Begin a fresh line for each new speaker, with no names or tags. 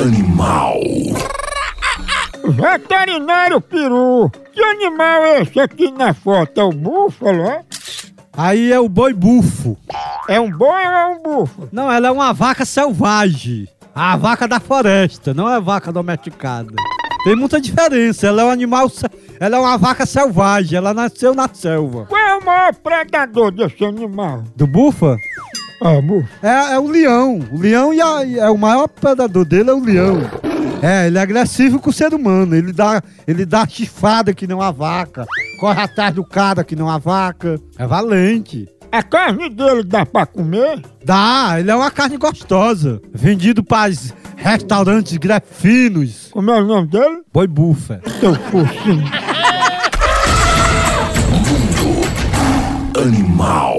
animal.
Veterinário peru, que animal é esse aqui na foto? É o búfalo, é?
Aí é o boi bufo.
É um boi ou é um búfalo?
Não, ela é uma vaca selvagem. A vaca da floresta, não é vaca domesticada. Tem muita diferença. Ela é um animal. se- Ela é uma vaca selvagem. Ela nasceu na selva.
Qual é o maior predador desse animal?
Do bufa?
Ah, búfalo.
É, é o leão. O leão e a- e é o maior predador dele é o leão. É, ele é agressivo com o ser humano. Ele dá, ele dá chifada que não a vaca. Corre atrás do cara que não a vaca. É valente.
A carne dele dá pra comer?
Dá, ele é uma carne gostosa. Vendido para restaurantes grefinos.
Como é o nome dele?
Boi bufa.
Teu focinho.
Animal.